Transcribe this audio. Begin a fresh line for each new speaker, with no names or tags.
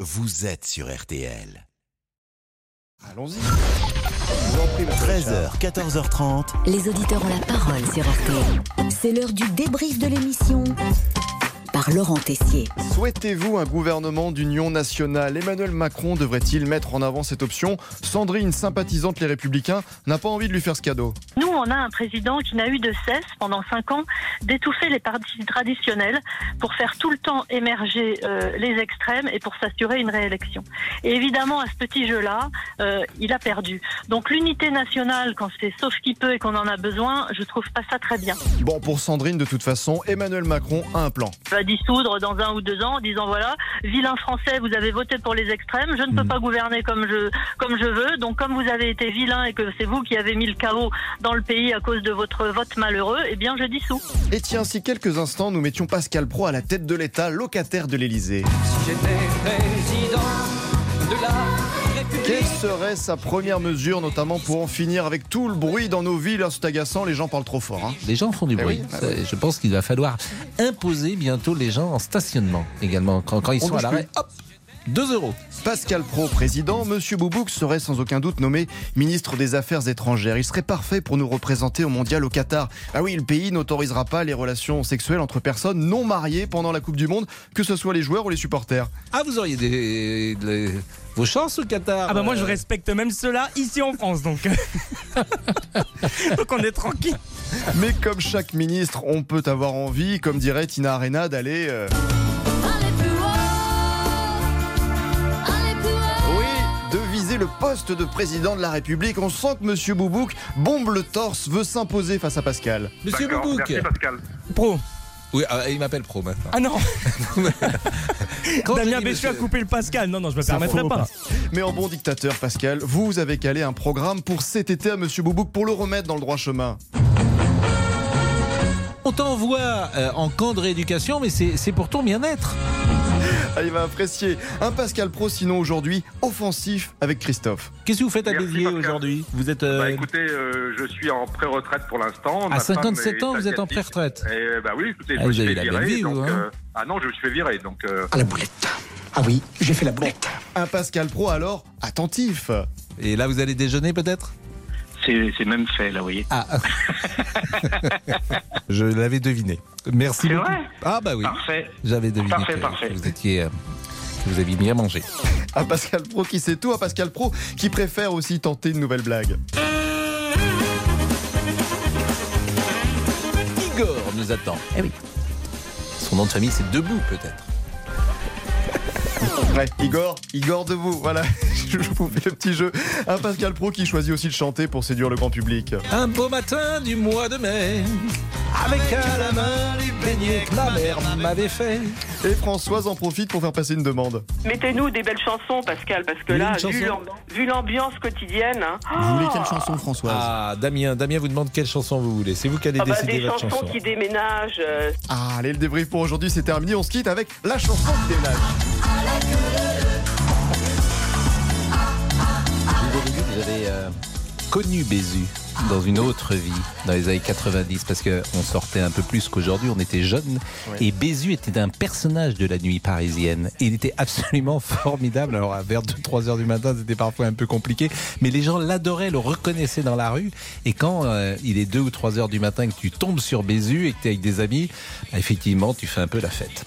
vous êtes sur RTL.
Allons-y.
13h, 14h30.
Les auditeurs ont la parole sur RTL. C'est l'heure du débrief de l'émission par Laurent Tessier.
Souhaitez-vous un gouvernement d'union nationale Emmanuel Macron devrait-il mettre en avant cette option Sandrine, sympathisante Les Républicains, n'a pas envie de lui faire ce cadeau.
Nous, on a un président qui n'a eu de cesse pendant cinq ans d'étouffer les partis traditionnels pour faire tout le temps émerger euh, les extrêmes et pour s'assurer une réélection. Et évidemment, à ce petit jeu-là, euh, il a perdu. Donc l'unité nationale, quand c'est sauf qui peut et qu'on en a besoin, je trouve pas ça très bien.
Bon, pour Sandrine, de toute façon, Emmanuel Macron a un plan.
On va dissoudre dans un ou deux ans en disant voilà, vilain français, vous avez voté pour les extrêmes, je ne peux pas gouverner comme je, comme je veux. Donc comme vous avez été vilain et que c'est vous qui avez mis le chaos dans le pays à cause de votre vote malheureux, eh bien je dissous.
Et tiens, si quelques instants nous mettions Pascal Pro à la tête de l'État, locataire de l'Élysée,
J'étais président de la
quelle
République.
serait sa première mesure, notamment pour en finir avec tout le bruit dans nos villes Ah, C'est agaçant, les gens parlent trop fort. hein.
Les gens font du
Eh
bruit.
oui, bah
Ça, Je pense qu'il va falloir imposer bientôt les gens en stationnement également. Quand, quand ils
On
sont à
bouge
l'arrêt, hop 2 euros.
Pascal Pro, président, Monsieur Boubouk serait sans aucun doute nommé ministre des Affaires étrangères. Il serait parfait pour nous représenter au mondial au Qatar. Ah oui, le pays n'autorisera pas les relations sexuelles entre personnes non mariées pendant la Coupe du Monde, que ce soit les joueurs ou les supporters.
Ah, vous auriez des, des- vos chances au Qatar
Ah bah moi je
euh,
respecte même cela ici en France donc. donc on est tranquille.
Mais comme chaque ministre, on peut avoir envie, comme dirait Tina Arena, d'aller. euh, Oui, de viser le poste de président de la République. On sent que Monsieur Boubouk bombe le torse, veut s'imposer face à Pascal.
Monsieur
D'accord,
Boubouk
Merci Pascal.
Pro.
Oui, ah, il m'appelle pro maintenant.
Ah non,
Quand je
Damien
dis
Béchu a
monsieur-
coupé le Pascal. Non non, je me
Ça,
permettrai
faut
pas.
Mais en bon dictateur, Pascal, vous avez calé un programme pour cet été à Monsieur Boubouk pour le remettre dans le droit chemin.
On t'envoie euh, en camp de rééducation, mais c'est c'est pour ton bien-être.
Ah, il va apprécier. Un Pascal Pro, sinon aujourd'hui, offensif avec Christophe.
Qu'est-ce que vous faites à
Merci,
Béziers
Pascal.
aujourd'hui Vous êtes euh,
Bah, écoutez, euh, je suis en pré-retraite pour l'instant.
à
Ma femme
57
est
ans, vous êtes en
asiatique.
pré-retraite.
Eh bah oui, écoutez, je
Ah,
me
vous
suis
avez
fait
la
virer.
belle vie, vous,
donc,
hein
euh, ah non, je me suis fait virer. Donc, euh,
À la boulette. Ah oui, j'ai fait la boulette.
Un Pascal Pro, alors, attentif.
Et là, vous allez déjeuner peut-être
C'est c'est même fait, là, vous voyez.
Ah. Je l'avais deviné. Merci
C'est
beaucoup.
vrai
ah bah oui,
Parfait.
j'avais deviné
Parfait,
que
parfait.
vous étiez euh, que vous aviez bien mangé.
Un Pascal Pro qui sait tout, un Pascal Pro qui préfère aussi tenter de nouvelles blagues.
Igor nous attend. Eh oui. Son nom de famille c'est Debout peut-être.
Ouais, Igor, Igor de vous, voilà. Je vous fais le petit jeu. Un Pascal Pro qui choisit aussi de chanter pour séduire le grand public.
Un beau matin du mois de mai. Avec à la main les beignets que la mère m'avait fait.
Et Françoise en profite pour faire passer une demande.
Mettez-nous des belles chansons, Pascal, parce que
Une
là,
chanson.
vu l'amb- vu l'ambiance quotidienne, hein,
Vous voulez quelle chanson, Françoise
Ah Damien, Damien vous demande quelle chanson vous voulez. C'est vous qui allez
ah bah,
décider
des
votre
chansons
chanson.
qui déménagent. euh,
Ah, allez, le débrief pour aujourd'hui, c'est terminé. On se quitte avec la chanson qui déménage.
Vous avez dit que vous avez euh, connu Bézu dans une autre vie, dans les années 90, parce qu'on sortait un peu plus qu'aujourd'hui, on était jeunes. Et Bézu était un personnage de la nuit parisienne. Et il était absolument formidable. Alors, à vers 2-3 heures du matin, c'était parfois un peu compliqué. Mais les gens l'adoraient, le reconnaissaient dans la rue. Et quand euh, il est 2 ou 3 heures du matin, que tu tombes sur Bézu et que tu es avec des amis, bah, effectivement, tu fais un peu la fête.